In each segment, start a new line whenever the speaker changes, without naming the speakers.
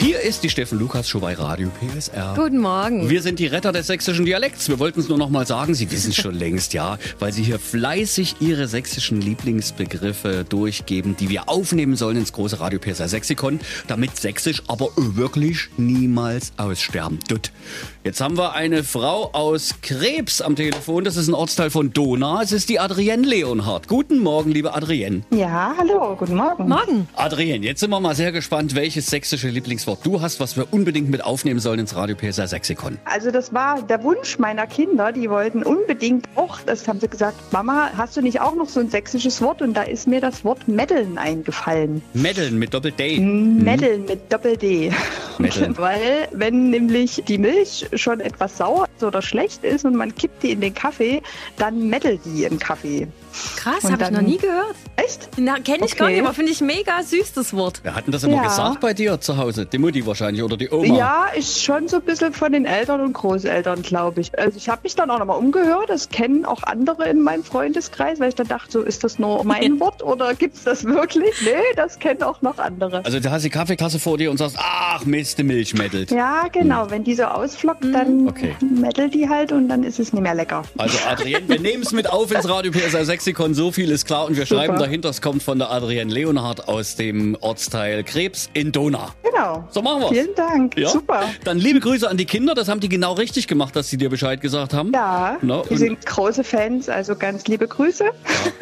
Hier ist die Steffen Lukas Show bei Radio PSR.
Guten Morgen.
Wir sind die Retter des sächsischen Dialekts. Wir wollten es nur noch mal sagen. Sie wissen es schon längst, ja, weil Sie hier fleißig Ihre sächsischen Lieblingsbegriffe durchgeben, die wir aufnehmen sollen ins große Radio PSR Sexikon, damit sächsisch aber wirklich niemals aussterben tut. Jetzt haben wir eine Frau aus Krebs am Telefon. Das ist ein Ortsteil von Donau. Es ist die Adrienne Leonhardt. Guten Morgen, liebe Adrienne.
Ja, hallo, guten Morgen.
Morgen.
Adrienne, jetzt sind wir mal sehr gespannt, welches sächsische Lieblingswort du hast, was wir unbedingt mit aufnehmen sollen ins Radio PSR Sexikon.
Also das war der Wunsch meiner Kinder, die wollten unbedingt auch, das haben sie gesagt, Mama, hast du nicht auch noch so ein sächsisches Wort? Und da ist mir das Wort Meddeln eingefallen.
Meddeln mit Doppel-D.
Meddeln mit Doppel-D.
Meddeln.
Weil wenn nämlich die Milch schon etwas sauer ist oder schlecht ist und man kippt die in den Kaffee, dann meddelt die im Kaffee.
Krass,
Und
habe ich noch
dann-
nie gehört.
Echt?
Na, kenne ich gar
Okay.
nicht, aber finde ich mega süß, das Wort.
Wir hatten das immer
Ja.
gesagt bei dir zu Hause. Die Mutti wahrscheinlich oder die Oma.
Ja, ist schon so ein bisschen von den Eltern und Großeltern, glaube ich. Also ich habe mich dann auch nochmal umgehört. Das kennen auch andere in meinem Freundeskreis, weil ich dann dachte, so ist das nur mein Wort oder gibt's das wirklich? Nee, das kennen auch noch andere.
Also da hast du die Kaffeekasse vor dir und sagst, ach Mist, die Milch meddelt.
Ja, genau. Wenn die so ausflockt, dann
Hm. Okay.
meddelt die halt und dann ist es nicht mehr lecker.
Also Adrienne, wir nehmen es mit auf ins Radio PSR Sexikon, so viel ist klar. Und wir
Super.
schreiben dahinter, es kommt von der Adrienne Leonhardt aus dem Ortsteil Krebs in Donau.
Genau.
So machen wir's.
Vielen Dank.
Ja?
Super.
Dann liebe Grüße an die Kinder, das haben die genau richtig gemacht, dass sie dir Bescheid gesagt haben.
Ja,
Na,
die
und-
sind große Fans, also ganz liebe Grüße.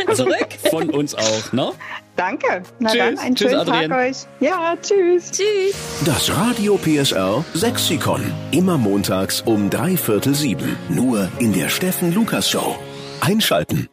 Also von uns auch, ne?
Danke. Na
Tschüss.
dann, einen
Tschüss,
schönen
Adrienne.
Tag euch. Ja, tschüss.
Tschüss.
Das Radio PSR Sexikon. Immer montags um drei Viertel sieben. Nur in der Steffen Lukas Show. Einschalten.